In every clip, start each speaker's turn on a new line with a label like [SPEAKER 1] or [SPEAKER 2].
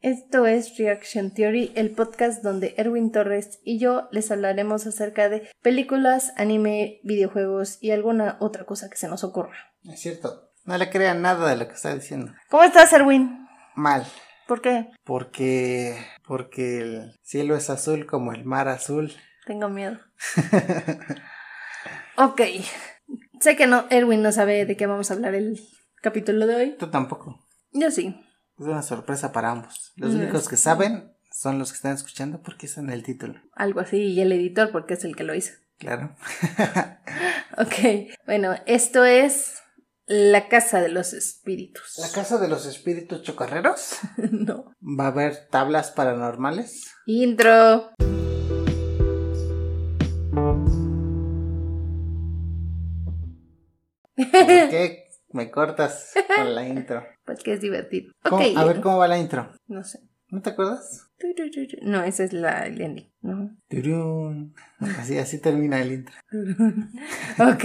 [SPEAKER 1] Esto es Reaction Theory, el podcast donde Erwin Torres y yo les hablaremos acerca de películas, anime, videojuegos y alguna otra cosa que se nos ocurra.
[SPEAKER 2] Es cierto. No le crean nada de lo que está diciendo.
[SPEAKER 1] ¿Cómo estás, Erwin?
[SPEAKER 2] Mal.
[SPEAKER 1] ¿Por qué?
[SPEAKER 2] Porque. Porque el cielo es azul como el mar azul.
[SPEAKER 1] Tengo miedo. ok. Sé que no, Erwin no sabe de qué vamos a hablar el capítulo de hoy.
[SPEAKER 2] Tú tampoco.
[SPEAKER 1] Yo sí.
[SPEAKER 2] Es una sorpresa para ambos. Los
[SPEAKER 1] Mm.
[SPEAKER 2] únicos que saben son los que están escuchando porque están en el título.
[SPEAKER 1] Algo así, y el editor, porque es el que lo hizo.
[SPEAKER 2] Claro.
[SPEAKER 1] Ok. Bueno, esto es La Casa de los Espíritus.
[SPEAKER 2] La casa de los espíritus chocarreros.
[SPEAKER 1] no.
[SPEAKER 2] Va a haber tablas paranormales.
[SPEAKER 1] Intro.
[SPEAKER 2] ¿Por qué me cortas con la intro?
[SPEAKER 1] Pues que es divertido.
[SPEAKER 2] ¿Cómo-
[SPEAKER 1] Ok.
[SPEAKER 2] A ver cómo va la intro.
[SPEAKER 1] No sé.
[SPEAKER 2] ¿No te acuerdas?
[SPEAKER 1] Turururu. No, esa es la el ending, ¿no?
[SPEAKER 2] Turún. Así, así termina el intro.
[SPEAKER 1] ok.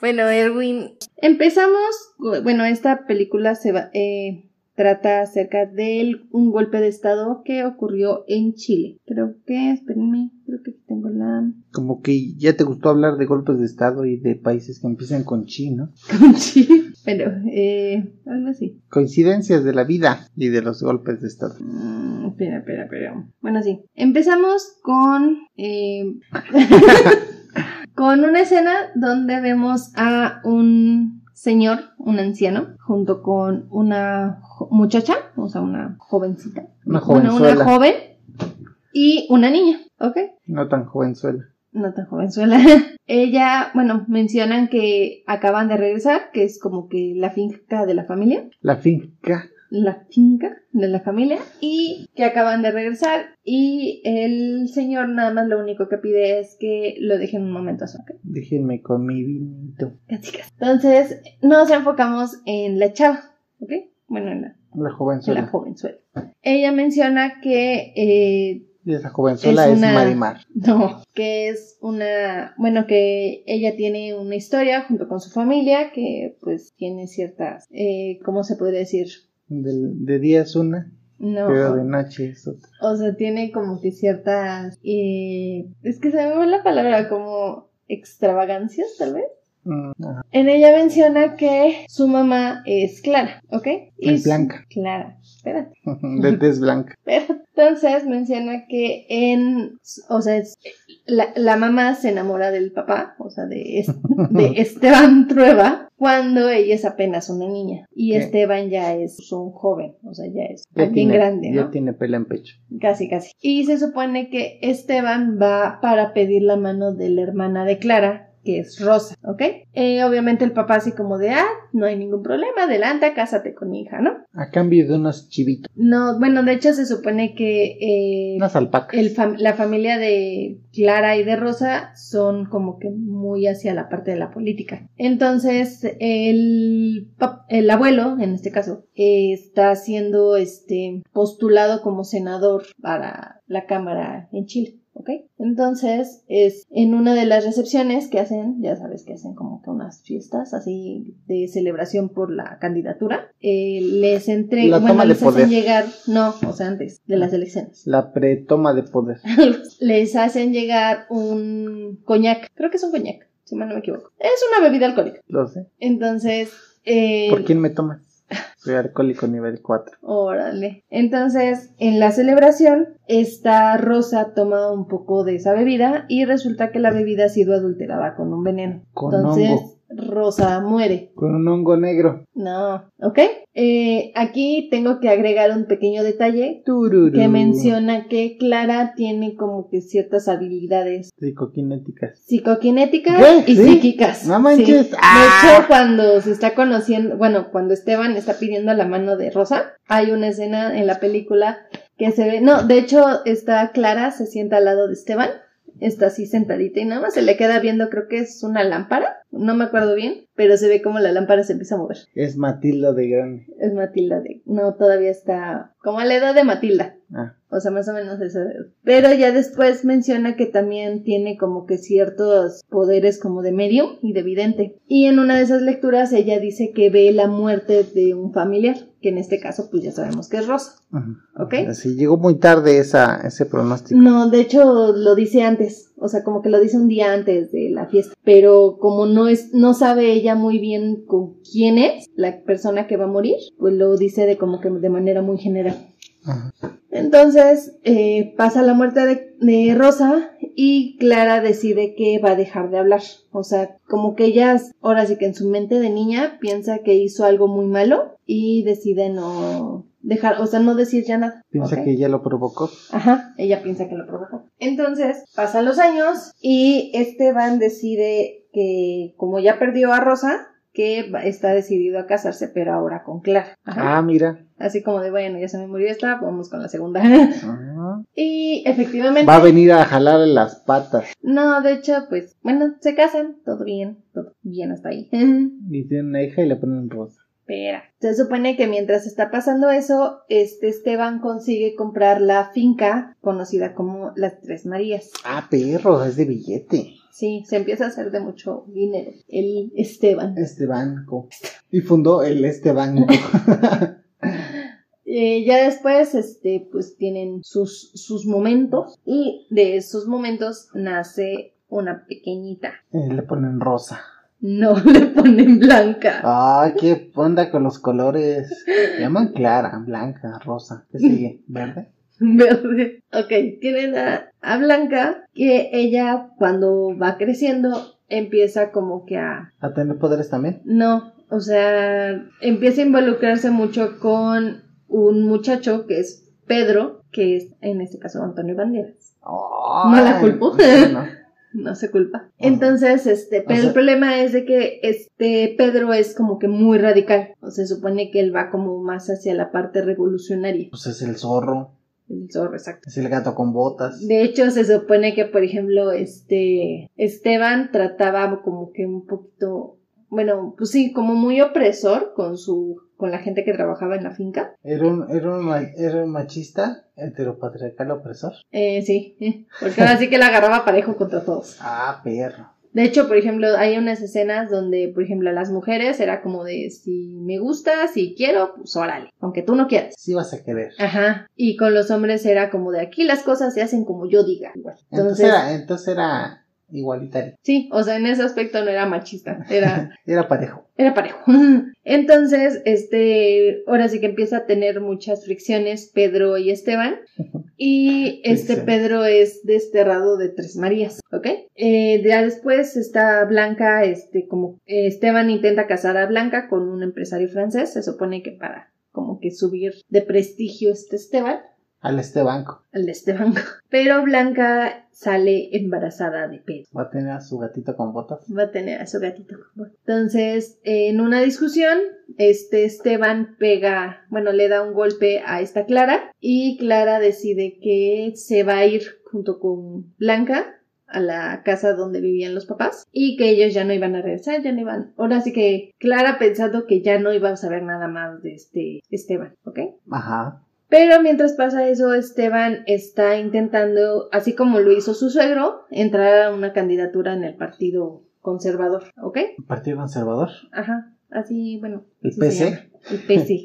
[SPEAKER 1] Bueno, Erwin. Empezamos. Bueno, esta película se va, eh, trata acerca de un golpe de estado que ocurrió en Chile. Creo que, espérenme, creo que aquí tengo la.
[SPEAKER 2] Como que ya te gustó hablar de golpes de estado y de países que empiezan con chi, ¿no?
[SPEAKER 1] Con Chile. Pero, eh, algo así.
[SPEAKER 2] Coincidencias de la vida y de los golpes de estado.
[SPEAKER 1] Mm, espera, espera, espera. Bueno, sí. Empezamos con. eh, con una escena donde vemos a un señor, un anciano, junto con una jo- muchacha, o sea, una jovencita.
[SPEAKER 2] Una
[SPEAKER 1] Bueno,
[SPEAKER 2] jovenzuela.
[SPEAKER 1] una joven y una niña, ¿ok?
[SPEAKER 2] No tan jovenzuela.
[SPEAKER 1] No tan jovenzuela. Ella, bueno, mencionan que acaban de regresar, que es como que la finca de la familia
[SPEAKER 2] La finca.
[SPEAKER 1] la finca de la familia y que acaban de regresar y el señor nada más lo único que pide es que lo dejen un momento a su ¿ok?
[SPEAKER 2] Déjenme con mi vinito.
[SPEAKER 1] Casi, casi. Entonces nos enfocamos en la chava, ¿ok? Bueno, en la,
[SPEAKER 2] La
[SPEAKER 1] en la
[SPEAKER 2] jovenzuela.
[SPEAKER 1] jovenzuela. Ella menciona que eh,
[SPEAKER 2] Y esa jovenzuela
[SPEAKER 1] Es
[SPEAKER 2] es,
[SPEAKER 1] una-
[SPEAKER 2] Marimar.
[SPEAKER 1] No, que es una, bueno, que ella tiene una historia junto con su familia que pues tiene ciertas, eh, ¿cómo se podría decir?
[SPEAKER 2] Del- De, día es una,
[SPEAKER 1] No.
[SPEAKER 2] pero de noche es otra.
[SPEAKER 1] O sea, tiene como que ciertas. eh, es que se me va la palabra como extravagancias, tal vez.
[SPEAKER 2] Mm, ajá.
[SPEAKER 1] En ella menciona que su mamá es Clara, ¿ok?
[SPEAKER 2] Es
[SPEAKER 1] su-
[SPEAKER 2] blanca.
[SPEAKER 1] Clara, espérate.
[SPEAKER 2] De tez blanca.
[SPEAKER 1] espérate. Entonces menciona que en. O sea, es- la, la mamá se enamora del papá, o sea, de, es- de Esteban Trueba, cuando ella es apenas una niña. Y
[SPEAKER 2] Ok.
[SPEAKER 1] Esteban ya es pues, un joven, o sea, ya es
[SPEAKER 2] Ya
[SPEAKER 1] alguien
[SPEAKER 2] tiene-
[SPEAKER 1] grande, ¿no?
[SPEAKER 2] Ya tiene pelo en pecho.
[SPEAKER 1] Casi, casi. Y se supone que Esteban va para pedir la mano de la hermana de Clara, que es Rosa, ¿ok? Eh, obviamente el papá así como de, ah, no hay ningún problema, adelanta, cásate con mi hija, ¿no?
[SPEAKER 2] A cambio de unos chivitos.
[SPEAKER 1] No, bueno, de hecho se supone que eh,
[SPEAKER 2] Unas alpacas.
[SPEAKER 1] el fam- la familia de Clara y de Rosa son como que muy hacia la parte de la política. Entonces, el, pap- el abuelo, en este caso, eh, está siendo este, postulado como senador para la Cámara en Chile. ¿Ok? Entonces, es en una de las recepciones que hacen, ya sabes que hacen como que unas fiestas así de celebración por la candidatura, eh, les
[SPEAKER 2] La
[SPEAKER 1] entregan,
[SPEAKER 2] toma
[SPEAKER 1] bueno,
[SPEAKER 2] de
[SPEAKER 1] les
[SPEAKER 2] poder.
[SPEAKER 1] hacen llegar, no, o sea, antes de las elecciones
[SPEAKER 2] La pretoma de poder.
[SPEAKER 1] les hacen llegar un coñac. Creo que es un coñac, si mal no me equivoco. Es una bebida alcohólica.
[SPEAKER 2] Lo sé.
[SPEAKER 1] Entonces, eh,
[SPEAKER 2] ¿Por quién me tomas? Soy alcohólico nivel 4.
[SPEAKER 1] órale. Entonces, en la celebración, esta Rosa toma un poco de esa bebida y resulta que la bebida ha sido adulterada con un veneno.
[SPEAKER 2] Con
[SPEAKER 1] Entonces,
[SPEAKER 2] hongo.
[SPEAKER 1] Rosa muere.
[SPEAKER 2] Con un hongo negro.
[SPEAKER 1] No, ¿ok? Eh, aquí tengo que agregar un pequeño detalle
[SPEAKER 2] Tururú.
[SPEAKER 1] que menciona que Clara tiene como que ciertas habilidades
[SPEAKER 2] Psicoquinéticas.
[SPEAKER 1] psicoquinéticas
[SPEAKER 2] ¿Qué?
[SPEAKER 1] y
[SPEAKER 2] ¿Sí?
[SPEAKER 1] psíquicas.
[SPEAKER 2] No manches.
[SPEAKER 1] Sí. De
[SPEAKER 2] ¡Ah!
[SPEAKER 1] hecho, cuando se está conociendo, bueno, cuando Esteban está pidiendo la mano de Rosa, hay una escena en la película que se ve, no, de hecho está Clara, se sienta al lado de Esteban, está así sentadita y nada más se le queda viendo, creo que es una lámpara, no me acuerdo bien, pero se ve como la lámpara se empieza a mover.
[SPEAKER 2] Es Matilda de Grande.
[SPEAKER 1] Es Matilda de, no, todavía está como a la edad de Matilda.
[SPEAKER 2] Ah,
[SPEAKER 1] O sea, más o menos eso. Pero ya después menciona que también tiene como que ciertos poderes como de medium y de vidente. Y en una de esas lecturas ella dice que ve la muerte de un familiar, que en este caso pues ya sabemos que es Rosa.
[SPEAKER 2] ajá.
[SPEAKER 1] ¿Ok?
[SPEAKER 2] Así llegó muy tarde esa, ese pronóstico.
[SPEAKER 1] No, de hecho lo dice antes, o sea, como que lo dice un día antes de la fiesta, pero como no es no sabe ella muy bien con quién es la persona que va a morir, pues lo dice de como que de manera muy general.
[SPEAKER 2] Ajá.
[SPEAKER 1] Entonces eh, pasa la muerte de, de Rosa y Clara decide que va a dejar de hablar. O sea, como que ella, ahora sí que en su mente de niña piensa que hizo algo muy malo y decide no dejar, o sea, no decir ya nada.
[SPEAKER 2] Piensa
[SPEAKER 1] ¿ok?
[SPEAKER 2] que ella lo provocó.
[SPEAKER 1] Ajá, ella piensa que lo provocó. Entonces, pasan los años y Esteban decide que, como ya perdió a Rosa, que va- está decidido a casarse, pero ahora con Clara. Ajá.
[SPEAKER 2] Ah, mira.
[SPEAKER 1] Así como de, bueno, ya se me murió esta, vamos con la segunda.
[SPEAKER 2] Ajá.
[SPEAKER 1] y efectivamente,
[SPEAKER 2] Ah. Va a venir a jalarle las patas.
[SPEAKER 1] no, de hecho, pues, bueno, se casan, todo bien, todo bien hasta ahí.
[SPEAKER 2] Y tiene una hija y le ponen rosa.
[SPEAKER 1] Espera. Se supone que mientras está pasando eso, este Esteban consigue comprar la finca conocida como Las Tres Marías.
[SPEAKER 2] Ah, perro, es de billete.
[SPEAKER 1] Sí, se empieza a hacer de mucho dinero. El Esteban.
[SPEAKER 2] Este banco. Y fundó el este banco.
[SPEAKER 1] Eh, ya después, este, pues tienen sus, sus momentos y de esos momentos nace una pequeñita.
[SPEAKER 2] Eh, le ponen rosa.
[SPEAKER 1] No le ponen blanca.
[SPEAKER 2] Ah, qué onda con los colores. Le Llaman clara, blanca, rosa. ¿Qué sigue? ¿Verde?
[SPEAKER 1] Verde. Ok, tienen a, a Blanca que ella cuando va creciendo empieza como que a
[SPEAKER 2] ¿A tener poderes también?
[SPEAKER 1] No, o sea, empieza a involucrarse mucho con un muchacho que es Pedro, que es en este caso Antonio Banderas. No la
[SPEAKER 2] Ay,
[SPEAKER 1] culpo.
[SPEAKER 2] no, no.
[SPEAKER 1] No se culpa. Entonces, este, pero
[SPEAKER 2] sea-
[SPEAKER 1] el problema es de que este Pedro es como que muy radical. O se supone que él va como más hacia la parte revolucionaria.
[SPEAKER 2] Pues es el zorro,
[SPEAKER 1] El zorro, exacto.
[SPEAKER 2] es el gato con botas.
[SPEAKER 1] De hecho, se supone que, por ejemplo, este Esteban trataba como que un poquito, bueno, pues sí, como muy opresor con su, con la gente que trabajaba en la finca.
[SPEAKER 2] Era un, era un, ma- era un machista heteropatriarcal opresor.
[SPEAKER 1] Eh, sí, eh, porque ahora sí que la agarraba parejo contra todos.
[SPEAKER 2] Ah, perro.
[SPEAKER 1] De hecho, por ejemplo, hay unas escenas donde, por ejemplo, a las mujeres era como de si me gusta, si quiero, pues órale, aunque tú no quieras.
[SPEAKER 2] Sí vas a querer.
[SPEAKER 1] Ajá. Y con los hombres era como de aquí las cosas se hacen como yo diga. Igual. Entonces,
[SPEAKER 2] Entonces, era, entonces era igualitario.
[SPEAKER 1] sí, o sea, en ese aspecto no era machista, era
[SPEAKER 2] Era parejo.
[SPEAKER 1] Era parejo. Entonces, este, ahora sí que empieza a tener muchas fricciones Pedro y Esteban. Y este
[SPEAKER 2] Fricción.
[SPEAKER 1] Pedro es desterrado de Tres Marías, ¿ok? Eh, ya después está Blanca, este, como eh, Esteban intenta casar a Blanca con un empresario francés, se supone que para como que subir de prestigio este Esteban,
[SPEAKER 2] Al este banco.
[SPEAKER 1] al de Esteban. Pero Blanca sale embarazada de Pedro
[SPEAKER 2] Va a tener a su gatito con botas.
[SPEAKER 1] va a tener a su gatito. Entonces, en una discusión, este Esteban pega, bueno, le da un golpe a esta Clara y Clara decide que se va a ir junto con Blanca a la casa donde vivían los papás y que ellos ya no iban a regresar, ya no iban. Ahora sí que Clara pensando que ya no iba a saber nada más de este Esteban, ¿ok?
[SPEAKER 2] Ajá.
[SPEAKER 1] Pero mientras pasa eso, Esteban está intentando, así como lo hizo su suegro, entrar a una candidatura en el Partido Conservador, ¿ok?
[SPEAKER 2] Partido Conservador.
[SPEAKER 1] Ajá, así, bueno.
[SPEAKER 2] El
[SPEAKER 1] así se llama,
[SPEAKER 2] PC.
[SPEAKER 1] El PC.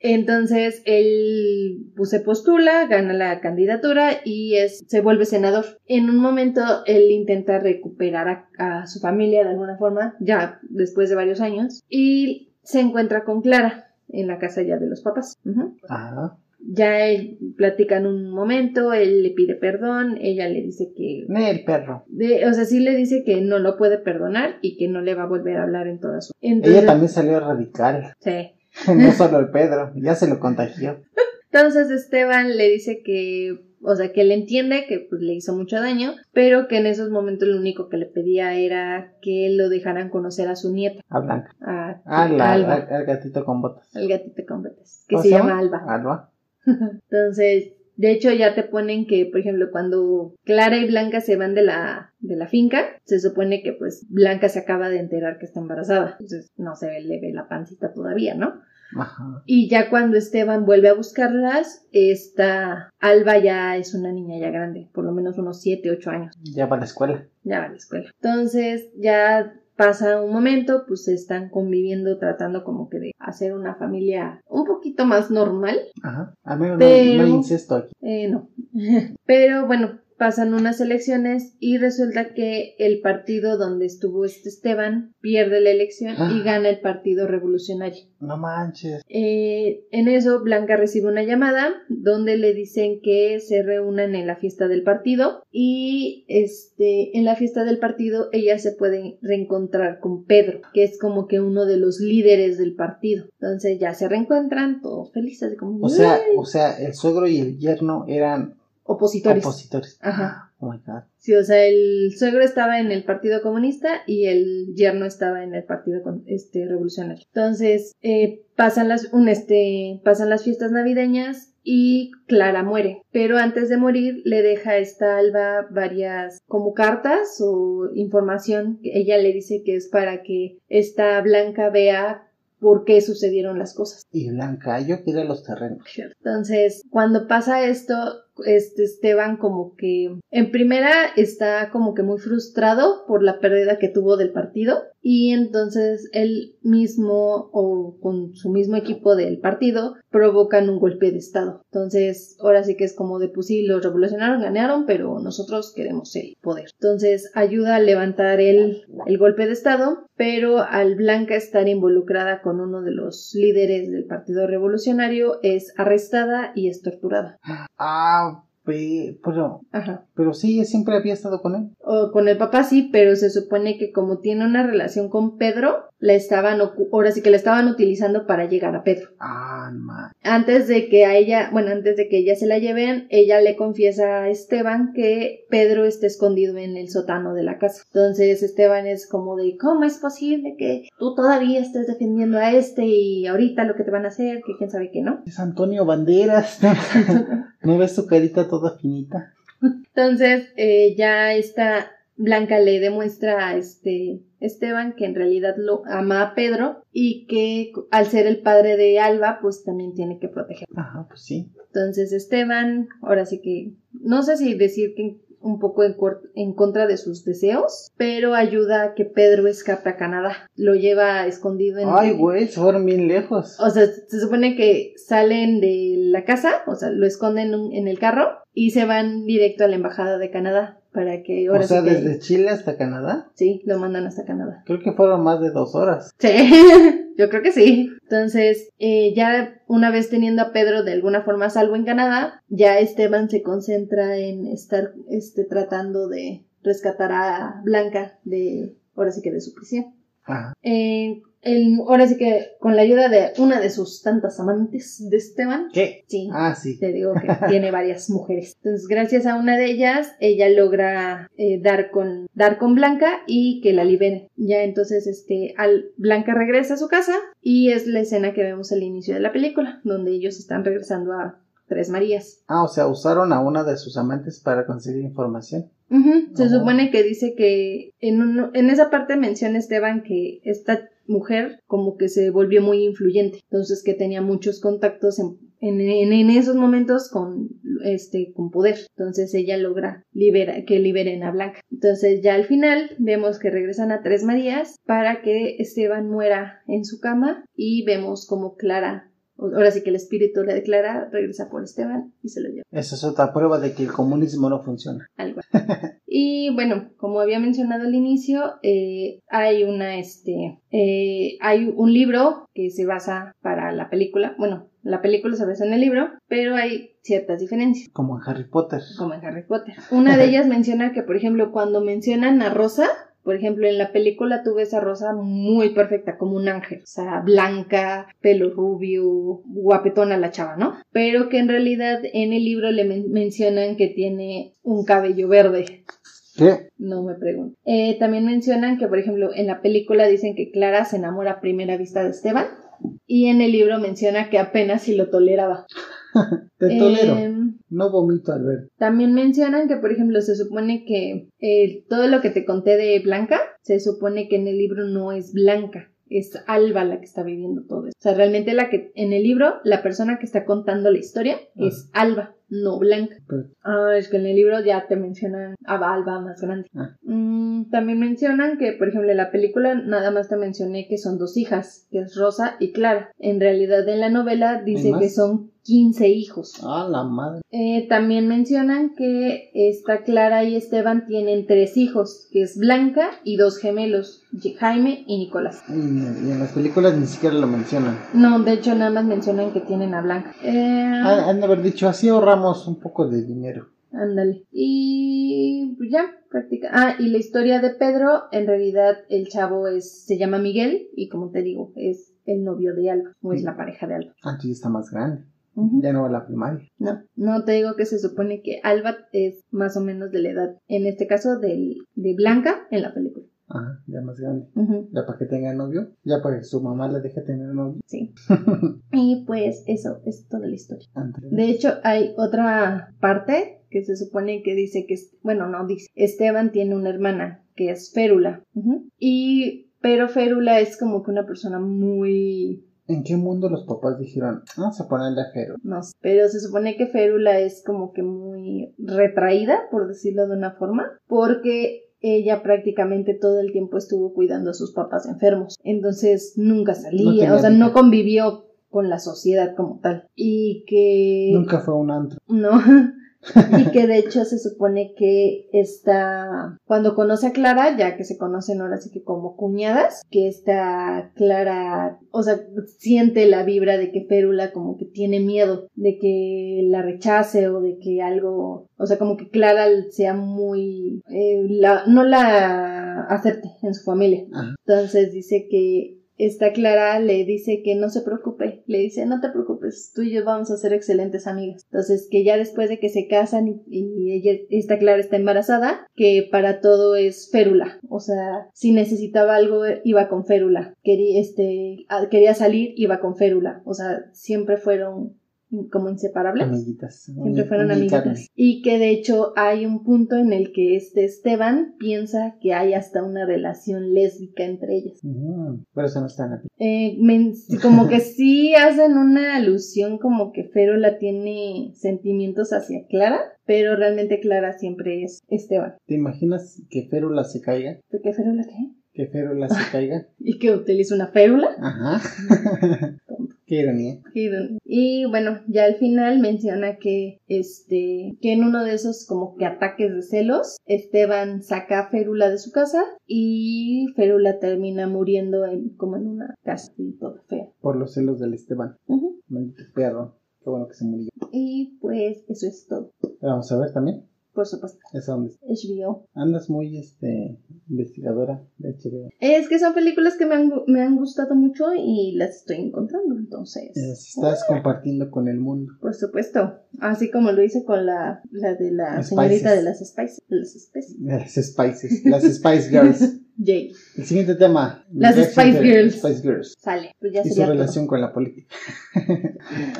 [SPEAKER 1] Entonces, él pues, se postula, gana la candidatura y es, se vuelve senador. En un momento, él intenta recuperar a, a su familia de alguna forma, ya después de varios años, y se encuentra con Clara en la casa ya de los papás. Ujú.
[SPEAKER 2] Ajá.
[SPEAKER 1] Ya él platican un momento, él le pide perdón, ella le dice que...
[SPEAKER 2] El perro.
[SPEAKER 1] de- o sea, sí le dice que no lo puede perdonar y que no le va a volver a hablar en toda su... Entonces,
[SPEAKER 2] Ella también salió radical.
[SPEAKER 1] sí.
[SPEAKER 2] No solo el Pedro. Ya se lo contagió.
[SPEAKER 1] Entonces Esteban le dice que... O sea, que él entiende que pues, le hizo mucho daño, pero que en esos momentos lo único que le pedía era que lo dejaran conocer a su nieta,
[SPEAKER 2] A Blanca.
[SPEAKER 1] a,
[SPEAKER 2] A Ah, la-
[SPEAKER 1] a Alba,
[SPEAKER 2] al- al gatito con botas.
[SPEAKER 1] al gatito con botas, que
[SPEAKER 2] ¿Cómo
[SPEAKER 1] se llama Alba.
[SPEAKER 2] Alba.
[SPEAKER 1] Entonces, de hecho ya te ponen que, por ejemplo, cuando Clara y Blanca se van de la, de la finca, se supone que pues Blanca se acaba de enterar que está embarazada. Entonces no se ve- le ve la pancita todavía, ¿no?
[SPEAKER 2] Ajá.
[SPEAKER 1] Y ya cuando Esteban vuelve a buscarlas, esta Alba ya es una niña ya grande, por lo menos unos 7, 8 años,
[SPEAKER 2] Ya va a la escuela.
[SPEAKER 1] ya va a la escuela. Entonces ya pasa un momento, pues están conviviendo, tratando como que de hacer una familia un poquito más normal.
[SPEAKER 2] Ajá. A menos
[SPEAKER 1] Pero-
[SPEAKER 2] no, hay incesto aquí.
[SPEAKER 1] Eh, no. Pero bueno, pasan unas elecciones y resulta que el partido donde estuvo este Esteban pierde la elección
[SPEAKER 2] Ah.
[SPEAKER 1] y gana el Partido Revolucionario.
[SPEAKER 2] No manches.
[SPEAKER 1] Eh, en eso, Blanca recibe una llamada donde le dicen que se reúnan en la fiesta del partido y este, en la fiesta del partido ella se puede reencontrar con Pedro, que es como que uno de los líderes del partido. Entonces ya se reencuentran todos felices, como
[SPEAKER 2] O sea,
[SPEAKER 1] "Ay",
[SPEAKER 2] o sea, el suegro y el yerno eran
[SPEAKER 1] opositores.
[SPEAKER 2] opositores.
[SPEAKER 1] Ajá.
[SPEAKER 2] Oh my god.
[SPEAKER 1] Sí, o sea, el suegro estaba en el Partido Comunista y el yerno estaba en el Partido con- este, Revolucionario. Entonces, eh, pasan, las, un, este, pasan las fiestas navideñas y Clara muere. Pero antes de morir, le deja a esta alba varias como cartas o información. que Ella le dice que es para que esta blanca vea por qué sucedieron las cosas.
[SPEAKER 2] Y Blanca, yo quería los terrenos.
[SPEAKER 1] Entonces, cuando pasa esto, este Esteban como que en primera está como que muy frustrado por la pérdida que tuvo del partido y entonces él mismo o con su mismo equipo del partido provocan un golpe de estado. Entonces, ahora sí que es como de pues sí, los revolucionarios ganaron, pero nosotros queremos el poder. Entonces, ayuda a levantar el, el golpe de estado, pero al Blanca estar involucrada con uno de los líderes del Partido Revolucionario es arrestada y es torturada.
[SPEAKER 2] Ah, pe- pero,
[SPEAKER 1] Ajá.
[SPEAKER 2] pero sí, ella siempre había estado con él.
[SPEAKER 1] O con el papá sí, pero se supone que como tiene una relación con Pedro, la estaban ocu- ahora sí que la estaban utilizando para llegar a Pedro.
[SPEAKER 2] Ah, no manches.
[SPEAKER 1] Antes de que a ella, bueno, antes de que ella se la lleven, ella le confiesa a Esteban que Pedro está escondido en el sótano de la casa. Entonces Esteban es como de, ¿cómo es posible que tú todavía estés defendiendo a este y ahorita lo que te van a hacer, que quién sabe que no?
[SPEAKER 2] Es Antonio Banderas. ¿No ves su carita toda finita?
[SPEAKER 1] Entonces, eh, ya esta Blanca le demuestra a este Esteban que en realidad lo ama a Pedro y que al ser el padre de Alba, pues también tiene que proteger.
[SPEAKER 2] Ajá, pues sí.
[SPEAKER 1] Entonces, Esteban, ahora sí que no sé si decir que un poco en, cor- en contra de sus deseos, pero ayuda a que Pedro escape a Canadá. Lo lleva escondido en
[SPEAKER 2] Ay, güey, se fueron bien lejos.
[SPEAKER 1] o sea, se supone que salen de la casa, o sea, lo esconden en un- en el carro y se van directo a la embajada de Canadá para que ahora
[SPEAKER 2] O sea,
[SPEAKER 1] sí que-
[SPEAKER 2] desde Chile hasta Canadá.
[SPEAKER 1] sí, lo mandan hasta Canadá.
[SPEAKER 2] Creo que fueron más de dos horas.
[SPEAKER 1] Sí, yo creo que sí. Entonces, eh, ya una vez teniendo a Pedro de alguna forma a salvo en Canadá, ya Esteban se concentra en estar este, tratando de rescatar a Blanca de, ahora sí que de su prisión.
[SPEAKER 2] Ajá.
[SPEAKER 1] Eh, el- ahora sí que con la ayuda de una de sus tantas amantes de Esteban,
[SPEAKER 2] ¿Qué?
[SPEAKER 1] sí,
[SPEAKER 2] Ah, sí.
[SPEAKER 1] te digo que tiene varias mujeres. Entonces, gracias a una de ellas, ella logra eh, dar con dar con Blanca y que la libere. Ya entonces, este, al Blanca regresa a su casa y es la escena que vemos al inicio de la película, donde ellos están regresando a Tres Marías.
[SPEAKER 2] Ah, o sea, usaron a una de sus amantes para conseguir información.
[SPEAKER 1] Ujú, Se
[SPEAKER 2] Ajá.
[SPEAKER 1] supone que dice que en, un- en esa parte menciona Esteban que esta mujer como que se volvió muy influyente, entonces que tenía muchos contactos en, en, en- en esos momentos con este con poder, entonces ella logra libera, que liberen a Blanca. Entonces ya al final vemos que regresan a Tres Marías para que Esteban muera en su cama y vemos como Clara, ahora sí que el espíritu le declara, regresa por Esteban y se lo lleva
[SPEAKER 2] Esa es otra prueba de que el comunismo no funciona.
[SPEAKER 1] algo. y bueno, como había mencionado al inicio, eh, hay una este eh, hay un libro que se basa para la película. Bueno, la película se basa en el libro, pero hay ciertas diferencias,
[SPEAKER 2] Como en Harry Potter.
[SPEAKER 1] como en Harry Potter. Una de ellas menciona que, por ejemplo, cuando mencionan a Rosa, por ejemplo, en la película tú ves a Rosa muy perfecta, como un ángel. O sea, blanca, pelo rubio, guapetona la chava, ¿no? Pero que en realidad en el libro le men- mencionan que tiene un cabello verde.
[SPEAKER 2] ¿Qué?
[SPEAKER 1] No me pregunto. Eh, también mencionan que, por ejemplo, en la película dicen que Clara se enamora a primera vista de Esteban y en el libro menciona que apenas si lo toleraba.
[SPEAKER 2] Te tolero.
[SPEAKER 1] Em,
[SPEAKER 2] No vomito al ver.
[SPEAKER 1] también mencionan que, por ejemplo, se supone que eh, todo lo que te conté de Blanca, se supone que en el libro no es Blanca. es Alba la que está viviendo todo esto. O sea, realmente la que en el libro, la persona que está contando la historia es Alba, no Blanca.
[SPEAKER 2] Pero-
[SPEAKER 1] Ah, es que en el libro ya te mencionan a Alba más grande.
[SPEAKER 2] Ah.
[SPEAKER 1] Mm, también mencionan que, por ejemplo, en la película nada más te mencioné que son dos hijas, que es Rosa y Clara. En realidad en la novela dice
[SPEAKER 2] más?
[SPEAKER 1] que son 15 hijos.
[SPEAKER 2] Ah, la madre.
[SPEAKER 1] Eh, también mencionan que esta Clara y Esteban tienen tres hijos, que es Blanca y dos gemelos, Ye- Jaime y Nicolás.
[SPEAKER 2] Y, y en las películas ni siquiera lo mencionan.
[SPEAKER 1] No, de hecho nada más mencionan que tienen a Blanca. Eh,
[SPEAKER 2] Ah, han de haber dicho, así ahorramos un poco de dinero.
[SPEAKER 1] Ándale. Y pues ya, práctica. Ah, y la historia de Pedro, en realidad el chavo es, se llama Miguel y como te digo, es el novio de Alba o es la pareja de Alba.
[SPEAKER 2] Ah, tú ya está más grande.
[SPEAKER 1] Ujú.
[SPEAKER 2] Ya no va a la primaria.
[SPEAKER 1] No, no te digo que se supone que Alba es más o menos de la edad, en este caso del, de Blanca en la película.
[SPEAKER 2] Ajá, ya más grande.
[SPEAKER 1] Ujú,
[SPEAKER 2] Ya para que tenga novio. Ya para que su mamá la deje tener novio.
[SPEAKER 1] Sí. y pues eso, es toda la historia.
[SPEAKER 2] Ándale.
[SPEAKER 1] De hecho, hay otra parte que se supone que dice que, es- bueno, no dice, Esteban tiene una hermana que es Férula. Ujú. Y, pero Férula es como que una persona muy,
[SPEAKER 2] ¿En qué mundo los papás dijeron, vamos a ponerle a Jero?
[SPEAKER 1] no sé, pero se supone que Férula es como que muy retraída, por decirlo de una forma, porque ella prácticamente todo el tiempo estuvo cuidando a sus papás enfermos. Entonces nunca salía,
[SPEAKER 2] tenía
[SPEAKER 1] o sea,
[SPEAKER 2] vida.
[SPEAKER 1] no convivió con la sociedad como tal. Y que...
[SPEAKER 2] Nunca fue a un antro.
[SPEAKER 1] No. y que de hecho se supone que está cuando conoce a Clara, ya que se conocen ahora sí que como cuñadas, que está Clara, o sea, siente la vibra de que Férula como que tiene miedo de que la rechace o de que algo, o sea, como que Clara sea muy, eh, la- no la acepte en su familia.
[SPEAKER 2] Ajá.
[SPEAKER 1] Entonces dice que esta Clara le dice que no se preocupe, le dice no te preocupes, tú y yo vamos a ser excelentes amigas. Entonces que ya después de que se casan y, y ella, esta Clara está embarazada, que para todo es férula, o sea, si necesitaba algo iba con férula, quería, este, ah, quería salir iba con férula, o sea, siempre fueron como inseparables.
[SPEAKER 2] Amiguitas.
[SPEAKER 1] Siempre fueron
[SPEAKER 2] amiguitas.
[SPEAKER 1] amiguitas. Y que de hecho hay un punto en el que este Esteban piensa que hay hasta una relación lésbica entre ellas.
[SPEAKER 2] Ujú, Pero eso no está en la película.
[SPEAKER 1] Eh, men- como que sí hacen una alusión como que Férola tiene sentimientos hacia Clara, pero realmente Clara siempre es Esteban.
[SPEAKER 2] ¿Te imaginas que Férula se caiga?
[SPEAKER 1] ¿Por qué Férola qué?
[SPEAKER 2] ¿Que Férula se caiga?
[SPEAKER 1] ¿Y que utiliza una férula?
[SPEAKER 2] Ajá. qué ironía.
[SPEAKER 1] Y bueno, ya al final menciona que este que en uno de esos como que ataques de celos, Esteban saca a Férula de su casa y Férula termina muriendo en, como en una casa así toda fea.
[SPEAKER 2] Por los celos del Esteban.
[SPEAKER 1] Ujú.
[SPEAKER 2] Maldito perro. Qué bueno que se murió.
[SPEAKER 1] Y pues eso es todo,
[SPEAKER 2] La Vamos a ver también.
[SPEAKER 1] por supuesto.
[SPEAKER 2] Esa donde
[SPEAKER 1] HBO.
[SPEAKER 2] andas muy este investigadora de HBO.
[SPEAKER 1] Es que son películas que me han, gu- me han gustado mucho y las estoy encontrando, entonces.
[SPEAKER 2] Las estás compartiendo con el mundo.
[SPEAKER 1] Por supuesto, así como lo hice con la, la de la
[SPEAKER 2] Spices.
[SPEAKER 1] señorita de las Spice, de las especies.
[SPEAKER 2] Las Spices. Las Spice Girls.
[SPEAKER 1] Jay,
[SPEAKER 2] El siguiente tema.
[SPEAKER 1] Las
[SPEAKER 2] Reacción
[SPEAKER 1] Spice
[SPEAKER 2] de
[SPEAKER 1] Girls.
[SPEAKER 2] Spice Girls.
[SPEAKER 1] sale. Pues ya
[SPEAKER 2] Y su
[SPEAKER 1] sería todo.
[SPEAKER 2] relación con la política.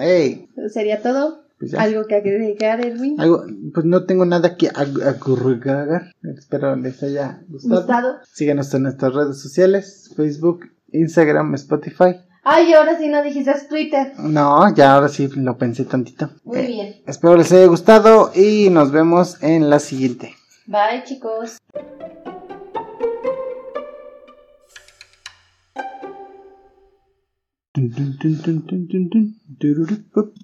[SPEAKER 2] ¡Ey!
[SPEAKER 1] Sería todo.
[SPEAKER 2] Pues ya.
[SPEAKER 1] Algo que agregar, Edwin.
[SPEAKER 2] Algo- pues no tengo nada que ag- agregar. Espero les haya gustado.
[SPEAKER 1] Gustado.
[SPEAKER 2] Síganos en nuestras redes sociales, Facebook, Instagram, Spotify.
[SPEAKER 1] Ay, ahora sí no dijiste Twitter.
[SPEAKER 2] No, ya ahora sí lo pensé tantito. Eh,
[SPEAKER 1] Muy bien.
[SPEAKER 2] Espero les haya gustado y nos vemos en la siguiente.
[SPEAKER 1] Bye, chicos.
[SPEAKER 2] Tun, tun, tun, tun, tun, tun, tun. Tururú, pup.